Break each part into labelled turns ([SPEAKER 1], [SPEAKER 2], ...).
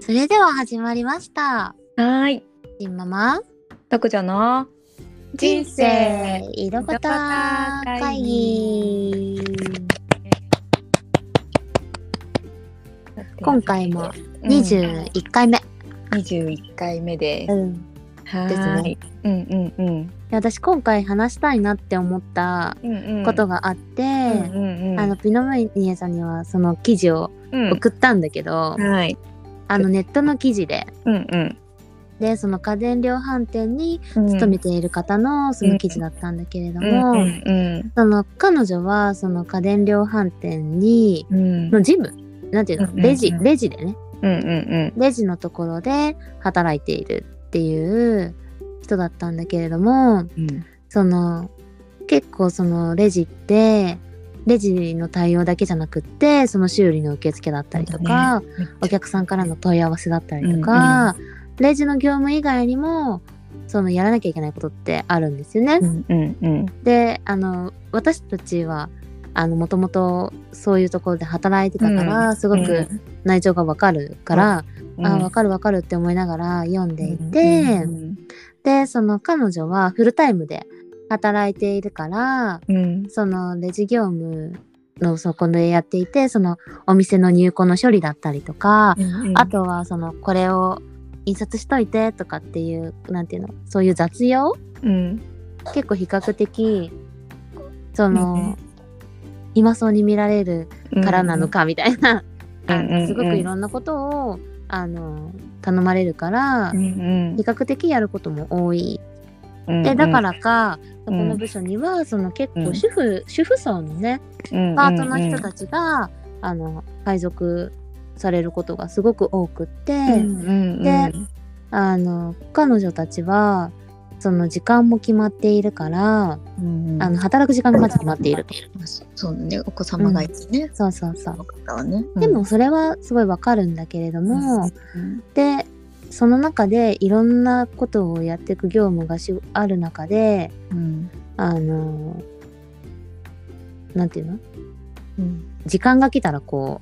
[SPEAKER 1] それでは始まりました。
[SPEAKER 2] はい。
[SPEAKER 1] ジンママ
[SPEAKER 2] タクちゃんの人生
[SPEAKER 1] 井戸端会議。今回も二十一回目。
[SPEAKER 2] 二十一回目です。
[SPEAKER 1] ん。
[SPEAKER 2] は
[SPEAKER 1] です
[SPEAKER 2] ー
[SPEAKER 1] ね
[SPEAKER 2] い。うんうんうん
[SPEAKER 1] 私今回話したいなって思った
[SPEAKER 2] うんうん。
[SPEAKER 1] こと
[SPEAKER 2] が
[SPEAKER 1] があって、
[SPEAKER 2] うんうん
[SPEAKER 1] あのピノムニエさんにはその記事を
[SPEAKER 2] うん
[SPEAKER 1] 送ったんだけど、
[SPEAKER 2] はい。
[SPEAKER 1] あのネットの記事で。
[SPEAKER 2] うんうん。
[SPEAKER 1] でその家電量販店に
[SPEAKER 2] 勤
[SPEAKER 1] 勤めている方のその記事だったんだけれど
[SPEAKER 2] た
[SPEAKER 1] も、
[SPEAKER 2] うんうん
[SPEAKER 1] その彼女はその家電量販店に
[SPEAKER 2] うん
[SPEAKER 1] のジムなんていう
[SPEAKER 2] う
[SPEAKER 1] の
[SPEAKER 2] んうんうん
[SPEAKER 1] レジレジでね
[SPEAKER 2] うんうん
[SPEAKER 1] レジのところで働いているっていう人だったんだけれども
[SPEAKER 2] うん
[SPEAKER 1] その結構そのレジってレジの対応だけじゃなくってその修理の受付だったりとか、お客さんからの問い合わせだったりとか、レジの業務以外にもそのやらなきゃいけないことってあるんですよね。
[SPEAKER 2] うんうんうん
[SPEAKER 1] であの私たちはもともとそういうところで働いてたから、
[SPEAKER 2] う
[SPEAKER 1] すごく内情がわかるから、
[SPEAKER 2] うん
[SPEAKER 1] あわかるわかるって思いながら読んでいて、
[SPEAKER 2] うん
[SPEAKER 1] でその彼女はフルタイムで働いているから
[SPEAKER 2] うん
[SPEAKER 1] そのレジ業務のそこでやっていてそのお店の入庫の処理だったりとか、
[SPEAKER 2] うん
[SPEAKER 1] あとはそのこれを印刷しといてとかっていうなんていうのそういう雑用
[SPEAKER 2] うん
[SPEAKER 1] 結構比較的その、
[SPEAKER 2] ね
[SPEAKER 1] 暇そうに見られる
[SPEAKER 2] うん
[SPEAKER 1] からなのかみたいな、
[SPEAKER 2] うん
[SPEAKER 1] あの
[SPEAKER 2] うん
[SPEAKER 1] すごくいろんなことをあの頼まれるから、
[SPEAKER 2] うん
[SPEAKER 1] 比較的やることも多い。
[SPEAKER 2] うん
[SPEAKER 1] でだからか、そ
[SPEAKER 2] うん
[SPEAKER 1] この部署にはその結
[SPEAKER 2] う
[SPEAKER 1] 構
[SPEAKER 2] ん
[SPEAKER 1] 主婦、主婦層のね
[SPEAKER 2] うん
[SPEAKER 1] パートの人たちが、あの配属されることがすごく多くって、
[SPEAKER 2] うんうん
[SPEAKER 1] であの彼女たちはその時間も決まっているから、
[SPEAKER 2] うんうん
[SPEAKER 1] あの働く時間がまず決まっていると。
[SPEAKER 2] そうだねお子様がいてね、
[SPEAKER 1] そうそうそう。
[SPEAKER 2] 方はね
[SPEAKER 1] でもそれはすごいわかるんだけれども、
[SPEAKER 2] うん
[SPEAKER 1] でその中でいろんなことをやっていく業務がしある中で
[SPEAKER 2] うん
[SPEAKER 1] あのなんていうの
[SPEAKER 2] うん
[SPEAKER 1] 時間が来たらこ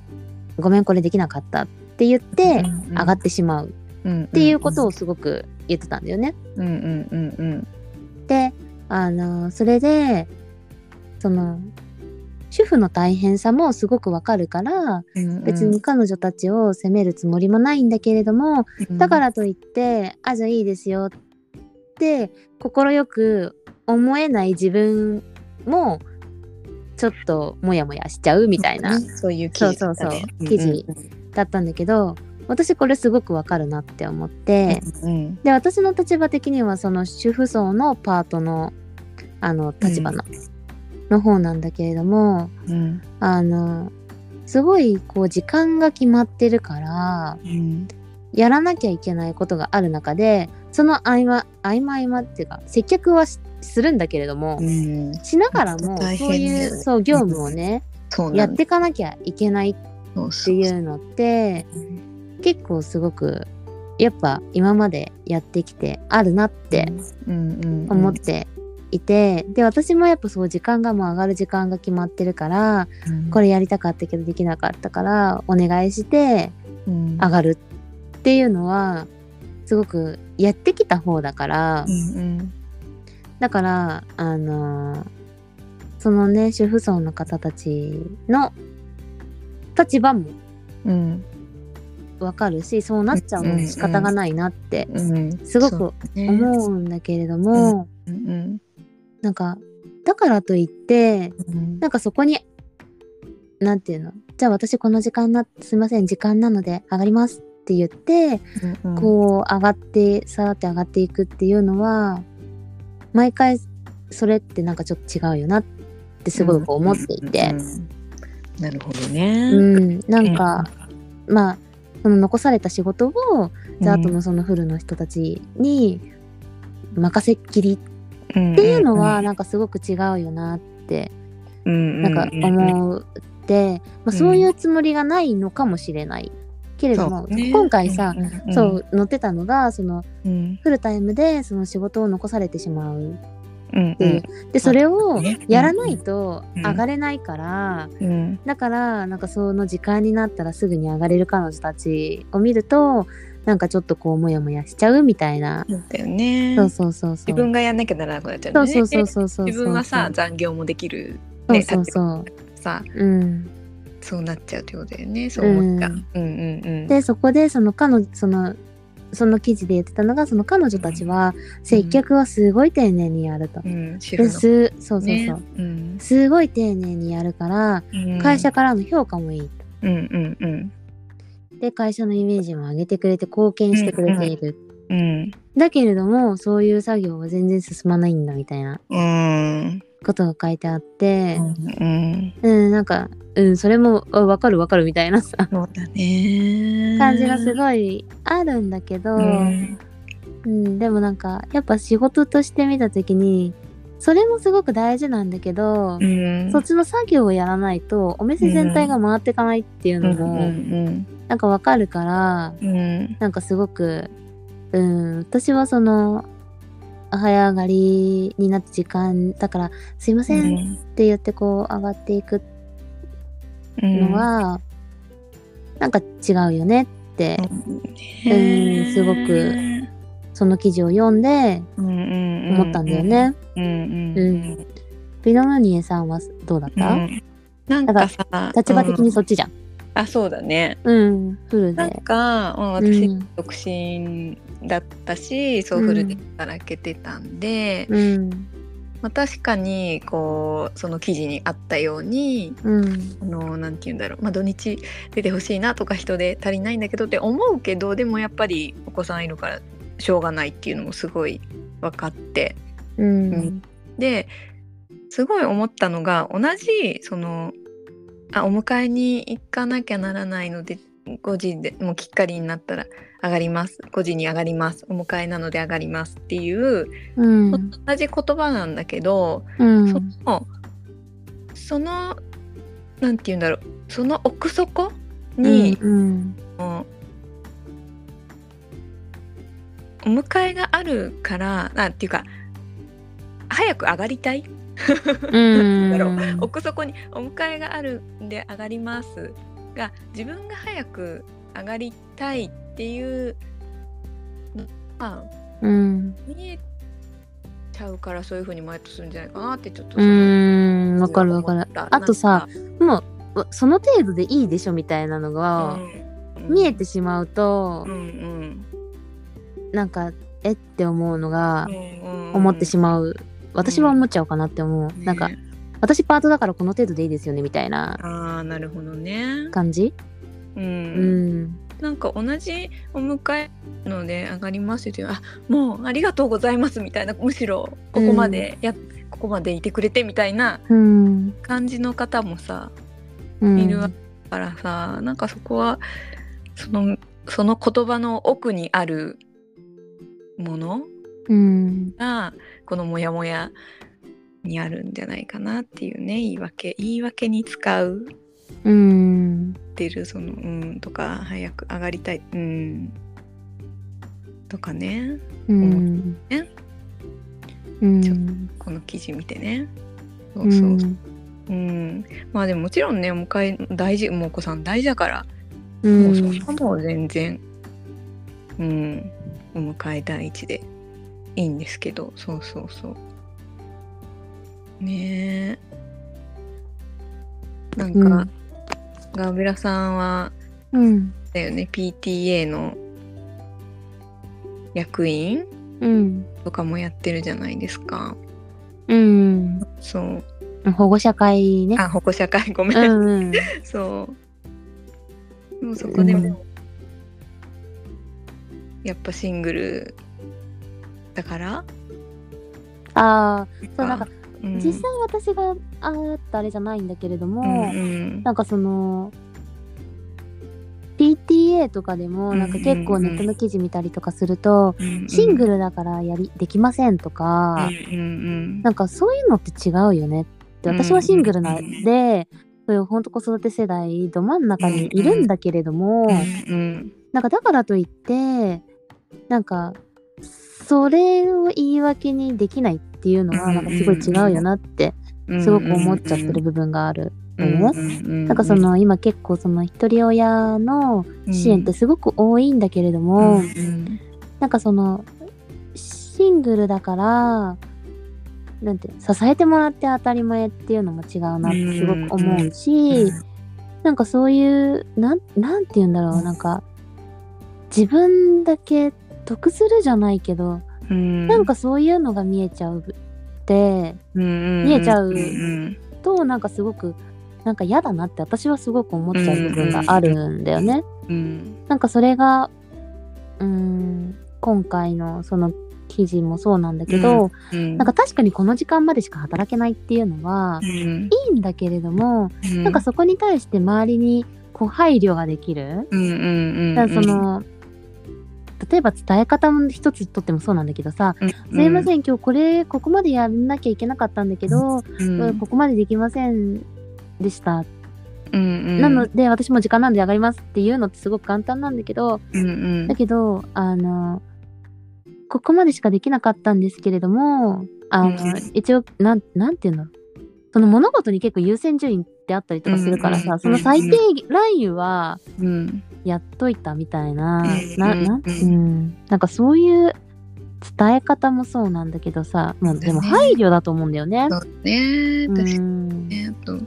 [SPEAKER 1] う「ごめんこれできなかった」って言って
[SPEAKER 2] うん
[SPEAKER 1] 上がってしまう
[SPEAKER 2] っ
[SPEAKER 1] っていうことをすごく言ってたんだよね。
[SPEAKER 2] うんうんうんうん
[SPEAKER 1] であのそれでその主婦の大変さもすごくわかるから
[SPEAKER 2] うん
[SPEAKER 1] 別に彼女たちを責めるつもりもないんだけれども、だからといって、あじゃあいいですよって快く思えない自分もちょっとモヤモヤしちゃうみたいな
[SPEAKER 2] そういう記
[SPEAKER 1] そう
[SPEAKER 2] 事
[SPEAKER 1] そうそう記
[SPEAKER 2] 記
[SPEAKER 1] 事
[SPEAKER 2] 事
[SPEAKER 1] だったんだけど、私これすごくわかるなって思って、
[SPEAKER 2] うん
[SPEAKER 1] で私の立場的にはその主婦層のパートのあの立場の,、の方なんだけれども
[SPEAKER 2] うん
[SPEAKER 1] あのすごいこう時間が決まってるから。
[SPEAKER 2] うん
[SPEAKER 1] やらなきゃいけないことがある中でその合間合間合間っていうか接客はしするんだけれども、
[SPEAKER 2] うん
[SPEAKER 1] しながらも
[SPEAKER 2] 大
[SPEAKER 1] そう
[SPEAKER 2] 変
[SPEAKER 1] い
[SPEAKER 2] だよね
[SPEAKER 1] うそう業務をね、
[SPEAKER 2] そう
[SPEAKER 1] や
[SPEAKER 2] な
[SPEAKER 1] っ
[SPEAKER 2] ん
[SPEAKER 1] ていかなきゃいけないっ
[SPEAKER 2] そう
[SPEAKER 1] て
[SPEAKER 2] そう
[SPEAKER 1] いうのって結構すごくやっぱ今までやってきてあるなって
[SPEAKER 2] うんうんうん
[SPEAKER 1] 思っていて、で私もやっぱそう時間がもう上がる時間が決まってるから
[SPEAKER 2] うん
[SPEAKER 1] これやりたかったけどできなかったからお願いして
[SPEAKER 2] うん
[SPEAKER 1] 上がるっていうのはすごくやってきた方だから
[SPEAKER 2] うんうん
[SPEAKER 1] だからあのーそのね主婦層の方たちの立場も
[SPEAKER 2] うん
[SPEAKER 1] わかるしそうなっちゃうのも仕方がないなって
[SPEAKER 2] うん
[SPEAKER 1] すご
[SPEAKER 2] そう
[SPEAKER 1] く
[SPEAKER 2] ね
[SPEAKER 1] 思うんだけれども
[SPEAKER 2] うんうん
[SPEAKER 1] なんかだからといって
[SPEAKER 2] うん
[SPEAKER 1] なんかそこになんていうのじゃあ私この時間なすいません時間なので上がりますって言って
[SPEAKER 2] うん
[SPEAKER 1] こう上がってさらって上がっていくっていうのは毎回それってなんかちょっと違うよなってすごく思っていて、
[SPEAKER 2] うんうんなるほど
[SPEAKER 1] う
[SPEAKER 2] ね
[SPEAKER 1] んなんか、まあその残された仕事をじゃああとのそのフルの人たちに任せっきりっ
[SPEAKER 2] って
[SPEAKER 1] いうのはなんかすごく違うよなってな
[SPEAKER 2] なん
[SPEAKER 1] か思うって、まあ、そういうつもりがないのかもしれないけれども、今回さ、そ、う載ってたのがその
[SPEAKER 2] うん
[SPEAKER 1] フルタイムでその仕事を残されてしまう
[SPEAKER 2] うん
[SPEAKER 1] ていう、でそれをやらないと
[SPEAKER 2] うん
[SPEAKER 1] 上がれないから、
[SPEAKER 2] うんうん
[SPEAKER 1] だからなんかその時間になったらすぐに上がれる彼女たちを見るとなんかちょっとこうモヤモヤしちゃうみたいな、
[SPEAKER 2] そうだよね
[SPEAKER 1] そうそうそうそう
[SPEAKER 2] 自分がやんなきゃならなくなっちゃう
[SPEAKER 1] そ
[SPEAKER 2] ん
[SPEAKER 1] う
[SPEAKER 2] だ
[SPEAKER 1] そ
[SPEAKER 2] よ
[SPEAKER 1] う
[SPEAKER 2] ね
[SPEAKER 1] そうそうそう
[SPEAKER 2] 自分はさ残業もできる、
[SPEAKER 1] そう
[SPEAKER 2] ね、
[SPEAKER 1] そうそう
[SPEAKER 2] 立場さ
[SPEAKER 1] うん、
[SPEAKER 2] そうなっちゃうってことだよねそう思った、
[SPEAKER 1] う
[SPEAKER 2] うんん、うんうん
[SPEAKER 1] でそこでその彼女そのその記事で言ってたのがその彼女たちは接客をすごい丁寧にやると。
[SPEAKER 2] うん知
[SPEAKER 1] で
[SPEAKER 2] るの
[SPEAKER 1] すそうそうそう、
[SPEAKER 2] ねうん
[SPEAKER 1] すごい丁寧にやるから
[SPEAKER 2] うん
[SPEAKER 1] 会社からの評価もいい。
[SPEAKER 2] うんうんうん
[SPEAKER 1] で会社のイメージも上げてくれて貢献してくれている。
[SPEAKER 2] うん
[SPEAKER 1] だけれどもそういう作業は全然進まないんだみたいな
[SPEAKER 2] うん
[SPEAKER 1] ことが書いてあって、
[SPEAKER 2] うん
[SPEAKER 1] うん、なんか、うん、それもあわかるわかるみたいなさ
[SPEAKER 2] そうだね
[SPEAKER 1] 感じがす
[SPEAKER 2] い
[SPEAKER 1] ごいあるんだけど、う
[SPEAKER 2] うんん
[SPEAKER 1] でもなんかやっぱ仕事として見た時にそれもすごく大事なんだけど、
[SPEAKER 2] うん
[SPEAKER 1] そっちの作業をやらないとお店全体が回っていかないっていう
[SPEAKER 2] う
[SPEAKER 1] の
[SPEAKER 2] んう
[SPEAKER 1] も
[SPEAKER 2] ん
[SPEAKER 1] なんかわかるから、
[SPEAKER 2] うんうん
[SPEAKER 1] なんかすごく、うん、私はその、早上がりになって時間だから、すいませんって言ってこう上がっていくのは、なんか違うよねって、うんすごくその記事を読んで思
[SPEAKER 2] 思
[SPEAKER 1] ったんだよね。
[SPEAKER 2] うんうん
[SPEAKER 1] う
[SPEAKER 2] うん
[SPEAKER 1] ん。ビノムニエさんはどうだった、
[SPEAKER 2] うんなんかさ
[SPEAKER 1] 立場的
[SPEAKER 2] う
[SPEAKER 1] に
[SPEAKER 2] ん
[SPEAKER 1] そっちじゃん。
[SPEAKER 2] あそうだね
[SPEAKER 1] うん、フル
[SPEAKER 2] なん
[SPEAKER 1] で。
[SPEAKER 2] か、うん、
[SPEAKER 1] う
[SPEAKER 2] 私
[SPEAKER 1] ん
[SPEAKER 2] 独身だったし、そう
[SPEAKER 1] うん
[SPEAKER 2] フルで働けてたんで、
[SPEAKER 1] うん。
[SPEAKER 2] まあ、確かにこうその記事にあったように
[SPEAKER 1] うん。
[SPEAKER 2] あのなんて言うんだろう、まあ、土日出てほしいなとか人で足りないんだけどって思うけどでもやっぱりお子さんいるからしょうがないっていうのもすごい分かって
[SPEAKER 1] うん。
[SPEAKER 2] ですごい思ったのが同じそのあお迎えに行かなきゃならないので5時でもうきっかりになったら上がります5時に上がりますお迎えなので上がりますっていう
[SPEAKER 1] うん。
[SPEAKER 2] 同じ言葉なんだけど、
[SPEAKER 1] うん。
[SPEAKER 2] そのそのなんて言うんだろうその奥底に、
[SPEAKER 1] うん。
[SPEAKER 2] もうお迎えがあるからなんていうか早く上がりたい
[SPEAKER 1] うん。
[SPEAKER 2] だろ奥底にお迎えがあるんで上がりますが自分が早く上がりたいっていうのが
[SPEAKER 1] うん。
[SPEAKER 2] 見えちゃうからそういうふうにマイトするんじゃないかなってちょっと
[SPEAKER 1] うーんわかるわかるあとさ、もうその程度でいいでしょみたいなの
[SPEAKER 2] そ
[SPEAKER 1] が
[SPEAKER 2] の、うんうん
[SPEAKER 1] 見えてしまうと
[SPEAKER 2] う、んうん
[SPEAKER 1] なんかえって思うのが
[SPEAKER 2] うんうんうん
[SPEAKER 1] 思ってしまう、私は思っちゃうかなって思う、
[SPEAKER 2] ね
[SPEAKER 1] なんか私パートだからこの程度でいいですよねみたいな
[SPEAKER 2] ああなるほどね
[SPEAKER 1] 感じ
[SPEAKER 2] う
[SPEAKER 1] うんん
[SPEAKER 2] なんか同じお迎えので上がりますっていうあもうありがとうございますみたいなむしろここまでや、ここまでいてくれてみたいな
[SPEAKER 1] うん、
[SPEAKER 2] 感じの方もさ
[SPEAKER 1] うん、
[SPEAKER 2] いるわけだからさ、なんかそこはそのその言葉の奥にあるもの
[SPEAKER 1] うん
[SPEAKER 2] がこのモヤモヤにあるんじゃないかなっていうね言い訳言い訳に使う
[SPEAKER 1] うん
[SPEAKER 2] ってるそのうんとか早く上がりたいうんとかね
[SPEAKER 1] うん
[SPEAKER 2] ね
[SPEAKER 1] うん
[SPEAKER 2] ちょこの記事見てねそううそう、うん
[SPEAKER 1] ん
[SPEAKER 2] まあでももちろんねお迎え大事もうお子さん大事だから、
[SPEAKER 1] う
[SPEAKER 2] もうそ
[SPEAKER 1] ん
[SPEAKER 2] こはもう全然うんお迎え第一でいいんですけどそうそうそうねえなんか、
[SPEAKER 1] うん
[SPEAKER 2] ガーベラさんは
[SPEAKER 1] うん
[SPEAKER 2] だよね PTA の役員
[SPEAKER 1] うん
[SPEAKER 2] とかもやってるじゃないですか
[SPEAKER 1] うん
[SPEAKER 2] そう
[SPEAKER 1] 保護者会ね
[SPEAKER 2] あ保護者会ごめん、
[SPEAKER 1] うんうん
[SPEAKER 2] そうでもそこでも、やっぱシングルだから
[SPEAKER 1] ああそうなんか
[SPEAKER 2] うん
[SPEAKER 1] 実際私があったあれじゃないんだけれども、
[SPEAKER 2] うん
[SPEAKER 1] なんかその PTA とかでも
[SPEAKER 2] うん
[SPEAKER 1] なんか結構ネットの記事見たりとかすると、
[SPEAKER 2] うん
[SPEAKER 1] シング
[SPEAKER 2] ル
[SPEAKER 1] ルだからやりできませんとか、
[SPEAKER 2] うん
[SPEAKER 1] なんかそういうのって違うよねって
[SPEAKER 2] うん
[SPEAKER 1] 私はシングルなんで、そういうほんと子育て世代ど真ん中にいるんだけれども、
[SPEAKER 2] うんうん
[SPEAKER 1] なんかだからといってなんかそれを言い訳にできないっっていうのはなんかすごい違うよなってすごく思っちゃってる部分があるのね。
[SPEAKER 2] な
[SPEAKER 1] なんかその今結構その一人親の支援ってすごく多いんだけれども、なんかそのシングルだからなんて支えてもらって当たり前っていうのも違うなってすごく思うし、なんかそういうなんなんて言うんだろうなんか自分だけ得するじゃないけどなんかそういうのが見えちゃうって
[SPEAKER 2] 見
[SPEAKER 1] えちゃうとなんかすごくなんか嫌だなって私はすごく思っちゃう部分があるんだよね。なんかそれがうーん今回のその記事もそうなんだけど、なんか確かにこの時間までしか働けないっていうのは
[SPEAKER 2] ない
[SPEAKER 1] いんだけれども、なんかそこに対して周りにこう配慮ができる、だからその例えば伝え方も一つとってもそうなんだけどさ、すいません今日これここまでやんなきゃいけなかったんだけど、うんここまでできませんでした、なので私も時間なんで上がりますっていうのってすごく簡単なんだけど、だけどあのここまでしかできなかったんですけれどもあの、
[SPEAKER 2] うん
[SPEAKER 1] 一応なんなんていうのその物事に結構優先順位ってあったりとかするからさ、
[SPEAKER 2] うん
[SPEAKER 1] その最低ラインはやっといたみたいな、
[SPEAKER 2] うん
[SPEAKER 1] なな
[SPEAKER 2] う
[SPEAKER 1] うんん、なんかそういう伝え方もそうなんだけどさ、まあ、でも
[SPEAKER 2] そうだ
[SPEAKER 1] 配慮だと思うんだよね。
[SPEAKER 2] そうね確かに
[SPEAKER 1] うん
[SPEAKER 2] ねあと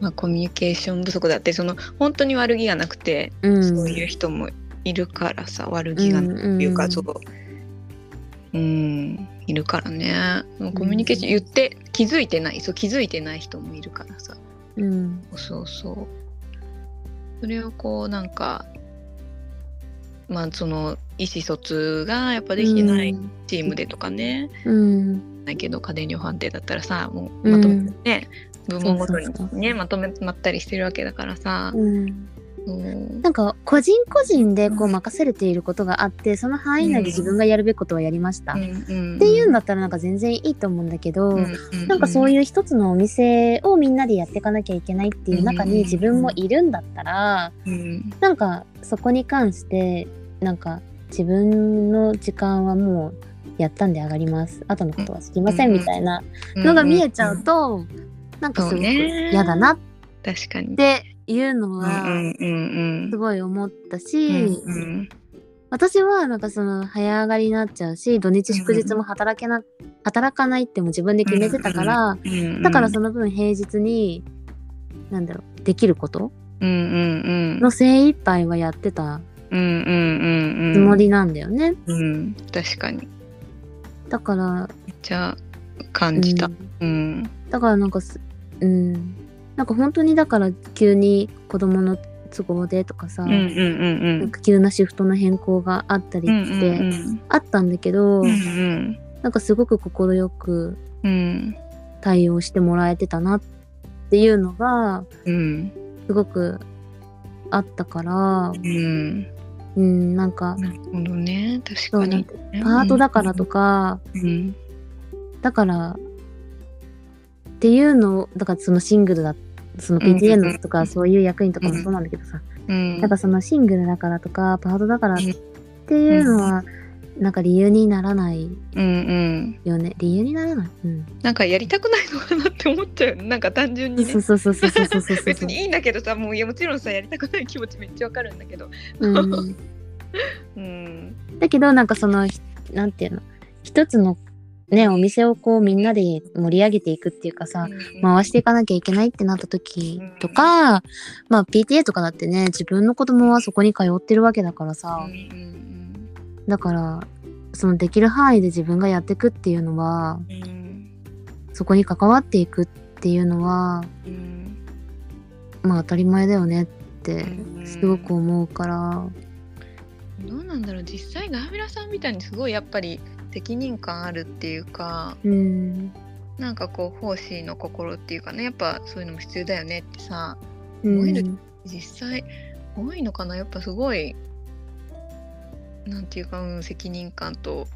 [SPEAKER 2] まあコミュニケーション不足だってその本当に悪気がなくて
[SPEAKER 1] うん
[SPEAKER 2] そういう人もいるからさ悪気がなくっていうか
[SPEAKER 1] うん
[SPEAKER 2] そううんいるからねもうコミュニケーション言って気づいてないそう気づいてない人もいるからさ
[SPEAKER 1] うん
[SPEAKER 2] そうそうそれをこうなんかまあその意思疎通がやっぱできてないチームでとかね、
[SPEAKER 1] うん
[SPEAKER 2] だけど家電量販店だったらさもう
[SPEAKER 1] うん
[SPEAKER 2] まとめてね、部門ごとにね
[SPEAKER 1] そうそう
[SPEAKER 2] まとめまったりしてるわけだからさ、
[SPEAKER 1] うん
[SPEAKER 2] そう
[SPEAKER 1] なんか個人個人でこう任せれていることがあってその範囲内で自分がやるべきことはやりました、っ
[SPEAKER 2] うんうん
[SPEAKER 1] ていうんだったらなんか全然いいと思うんだけど、
[SPEAKER 2] うん
[SPEAKER 1] なんかそう
[SPEAKER 2] う
[SPEAKER 1] いう一つのお店をみんなでやっていかなきゃいけないっていう中
[SPEAKER 2] うん
[SPEAKER 1] に自分もいるんだったら
[SPEAKER 2] うん
[SPEAKER 1] なんかそこに関してなんか自分の時間はもうやったんで上がります後のことは知りませんみたいなのが見えちゃうとなんかすごく嫌だなっ
[SPEAKER 2] 確かに。
[SPEAKER 1] ていうの
[SPEAKER 2] う
[SPEAKER 1] は
[SPEAKER 2] んうん
[SPEAKER 1] すごい思った
[SPEAKER 2] う
[SPEAKER 1] し、
[SPEAKER 2] んうん
[SPEAKER 1] 私はなんかその早上がりになっちゃうし土日祝日も働けな、働かないっても自分で決めてたから、
[SPEAKER 2] うん
[SPEAKER 1] だからその分平日になんだろうできること
[SPEAKER 2] うんうん
[SPEAKER 1] の精一杯はやってた
[SPEAKER 2] うんうんうんうん
[SPEAKER 1] つもりなんだよね、
[SPEAKER 2] うん確かに
[SPEAKER 1] だから、
[SPEAKER 2] めっちゃ
[SPEAKER 1] う
[SPEAKER 2] 感
[SPEAKER 1] ん
[SPEAKER 2] じた
[SPEAKER 1] だ
[SPEAKER 2] うん
[SPEAKER 1] からなんかすうんなんか本当にだから急に子供の都合でとかさ、
[SPEAKER 2] うんうんうんう
[SPEAKER 1] なん
[SPEAKER 2] ん
[SPEAKER 1] か急なシフトの変更があったり
[SPEAKER 2] うん
[SPEAKER 1] って、あったんだけど、
[SPEAKER 2] うんうん
[SPEAKER 1] なんかすごく快く
[SPEAKER 2] うん
[SPEAKER 1] 対応してもらえてたなっていうのが
[SPEAKER 2] うん
[SPEAKER 1] すごくあったから、
[SPEAKER 2] うん
[SPEAKER 1] うん、なんか
[SPEAKER 2] なるほどね確
[SPEAKER 1] そう
[SPEAKER 2] か
[SPEAKER 1] なん
[SPEAKER 2] に
[SPEAKER 1] てパートだからと
[SPEAKER 2] か
[SPEAKER 1] か、
[SPEAKER 2] うん
[SPEAKER 1] だからっていうのをだからそのシングルだその
[SPEAKER 2] うん
[SPEAKER 1] PTA のと
[SPEAKER 2] う
[SPEAKER 1] か
[SPEAKER 2] ん
[SPEAKER 1] そういう役員とかもそうなんだけどさ、
[SPEAKER 2] うん
[SPEAKER 1] なんかそのシングルだからとかパートだからっていうのはなんか理由にならない
[SPEAKER 2] うんうん
[SPEAKER 1] よね理由にならない、うん、
[SPEAKER 2] なんかやりたくないのかなって思っちゃうよねなんか単純に
[SPEAKER 1] そ
[SPEAKER 2] ね
[SPEAKER 1] うそうそうそうそうそうそうそう
[SPEAKER 2] 別にいいんだけどさもういやもちろんさやりたくない気持ちめっちゃわかるんだけど
[SPEAKER 1] うん、
[SPEAKER 2] うん
[SPEAKER 1] だけどなんかそのひなんていうの一つのねお店をこうみんなで盛り上げていくっていうかさ、回していかなきゃいけないってなった時とか、まあ PTA とかだってね自分の子供はそこに通ってるわけだから
[SPEAKER 2] う
[SPEAKER 1] さ
[SPEAKER 2] ん、うん
[SPEAKER 1] だからそのできる範囲で自分がやっていくっていうのは
[SPEAKER 2] うんうん
[SPEAKER 1] そこに関わっていくっていうのは
[SPEAKER 2] うん
[SPEAKER 1] まあ当たり前だよねっ
[SPEAKER 2] う
[SPEAKER 1] て
[SPEAKER 2] ん
[SPEAKER 1] すごく思うから、
[SPEAKER 2] どうなんだろう実際ガーベラさんみたいにすごいやっぱり責任感あるっていうか
[SPEAKER 1] うん
[SPEAKER 2] なんかこう奉仕の心っていうかねやっぱそういうのも必要だよねってさ
[SPEAKER 1] う
[SPEAKER 2] 思え
[SPEAKER 1] ん
[SPEAKER 2] る実際多いのかなやっぱすごいなんていうか、うん、責任感と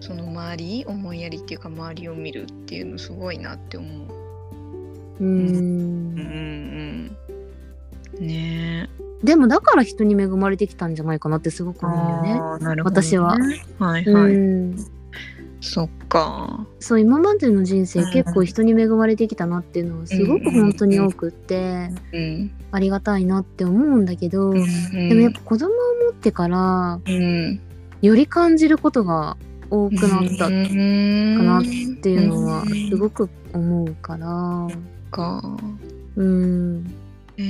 [SPEAKER 2] その周り思いやりっていうか周りを見るっていうのすごいなって思う。
[SPEAKER 1] う
[SPEAKER 2] うん
[SPEAKER 1] ん
[SPEAKER 2] うん、ねえ。
[SPEAKER 1] でもだから人に恵まれてきたんじゃないかなってすごく思うんだよね。
[SPEAKER 2] あーなる
[SPEAKER 1] 私は
[SPEAKER 2] はいはい。
[SPEAKER 1] うん
[SPEAKER 2] そっか。
[SPEAKER 1] そう今までの人生
[SPEAKER 2] うん
[SPEAKER 1] 結構人に恵まれてきたなっていうのはすごく本当に多くって
[SPEAKER 2] うん。
[SPEAKER 1] ありがたいなって思うんだけど
[SPEAKER 2] うん
[SPEAKER 1] でもやっぱ子供を持ってから
[SPEAKER 2] うん。
[SPEAKER 1] より感じることが多くなった
[SPEAKER 2] か
[SPEAKER 1] っ
[SPEAKER 2] な
[SPEAKER 1] なていうのはす
[SPEAKER 2] く
[SPEAKER 1] ごく思うから
[SPEAKER 2] か。
[SPEAKER 1] うん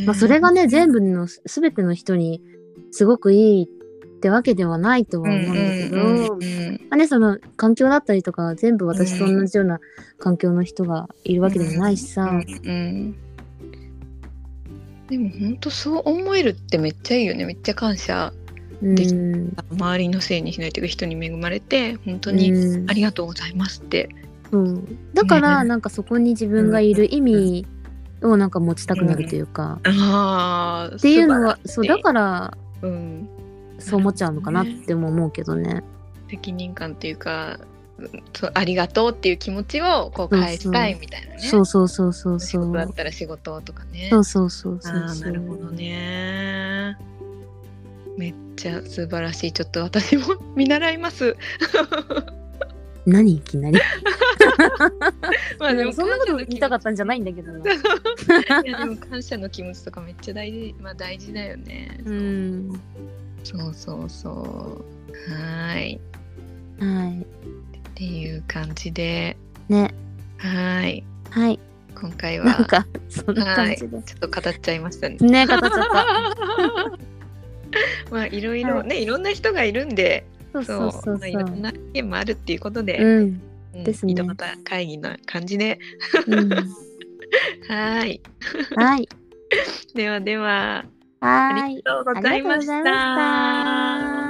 [SPEAKER 1] まあ、それがね全部のす全ての人にすごくいいってわけではないとは
[SPEAKER 2] うん
[SPEAKER 1] 思うんだけど、ま
[SPEAKER 2] うん
[SPEAKER 1] あね、その環境だったりとかは全部私と同じような環境の人がいるわけでもないしさ、
[SPEAKER 2] うん。でも本当そう思えるってめっちゃいいよね。めっちゃ感謝。
[SPEAKER 1] うん、
[SPEAKER 2] でき周りのせいにしないというか人に恵まれて本当に
[SPEAKER 1] うん
[SPEAKER 2] ありがとうございますって。
[SPEAKER 1] そうだから
[SPEAKER 2] ね
[SPEAKER 1] なんかそこに自分がいる意味をなんか持ちたくなるというか、
[SPEAKER 2] ああ。っ
[SPEAKER 1] っていうのはそうだ
[SPEAKER 2] ら
[SPEAKER 1] から
[SPEAKER 2] しい。うん。
[SPEAKER 1] そう思っちゃうのかなっても思うけどね。
[SPEAKER 2] 責任感というか、うんそうありがとうっていう気持ちをこう返したいみたいなね。
[SPEAKER 1] そうそうそうそう
[SPEAKER 2] 仕
[SPEAKER 1] そ
[SPEAKER 2] 事だ
[SPEAKER 1] う
[SPEAKER 2] ったら仕事とかね。
[SPEAKER 1] そうそうそうそう
[SPEAKER 2] ああなるほどね。めっちゃ素晴らしい。ちょっと私も 見習います。
[SPEAKER 1] 何いきなり
[SPEAKER 2] まあでも
[SPEAKER 1] そんなこと
[SPEAKER 2] 感謝の気持ち
[SPEAKER 1] 言いたかったんじゃないんだけどな。
[SPEAKER 2] いやでも感謝の気持ちとかめっちゃ大事、まあ大事だよね。
[SPEAKER 1] うん。
[SPEAKER 2] そうそうそう。はーい。
[SPEAKER 1] はい。
[SPEAKER 2] っていう感じで、
[SPEAKER 1] ね。
[SPEAKER 2] はーい。
[SPEAKER 1] はい。
[SPEAKER 2] 今回
[SPEAKER 1] なん
[SPEAKER 2] は
[SPEAKER 1] か、そんな感じで。
[SPEAKER 2] ちょっと語っちゃいま したね。
[SPEAKER 1] ね、語っちゃった。
[SPEAKER 2] まあいろいろ
[SPEAKER 1] はい
[SPEAKER 2] ねいろんな人がいるんで、
[SPEAKER 1] そう
[SPEAKER 2] そ
[SPEAKER 1] そううそう
[SPEAKER 2] ま
[SPEAKER 1] そ
[SPEAKER 2] あいろん
[SPEAKER 1] う。
[SPEAKER 2] な意見もあるっていうことで、
[SPEAKER 1] うん。
[SPEAKER 2] うん
[SPEAKER 1] ですね
[SPEAKER 2] 井戸端会議な感じで、
[SPEAKER 1] うん
[SPEAKER 2] はーい。
[SPEAKER 1] はい。
[SPEAKER 2] ではでは、あ
[SPEAKER 1] はー
[SPEAKER 2] り
[SPEAKER 1] い。
[SPEAKER 2] がとう
[SPEAKER 1] あり
[SPEAKER 2] ご
[SPEAKER 1] が
[SPEAKER 2] ざ
[SPEAKER 1] と
[SPEAKER 2] いう
[SPEAKER 1] ご
[SPEAKER 2] まし。
[SPEAKER 1] ざいました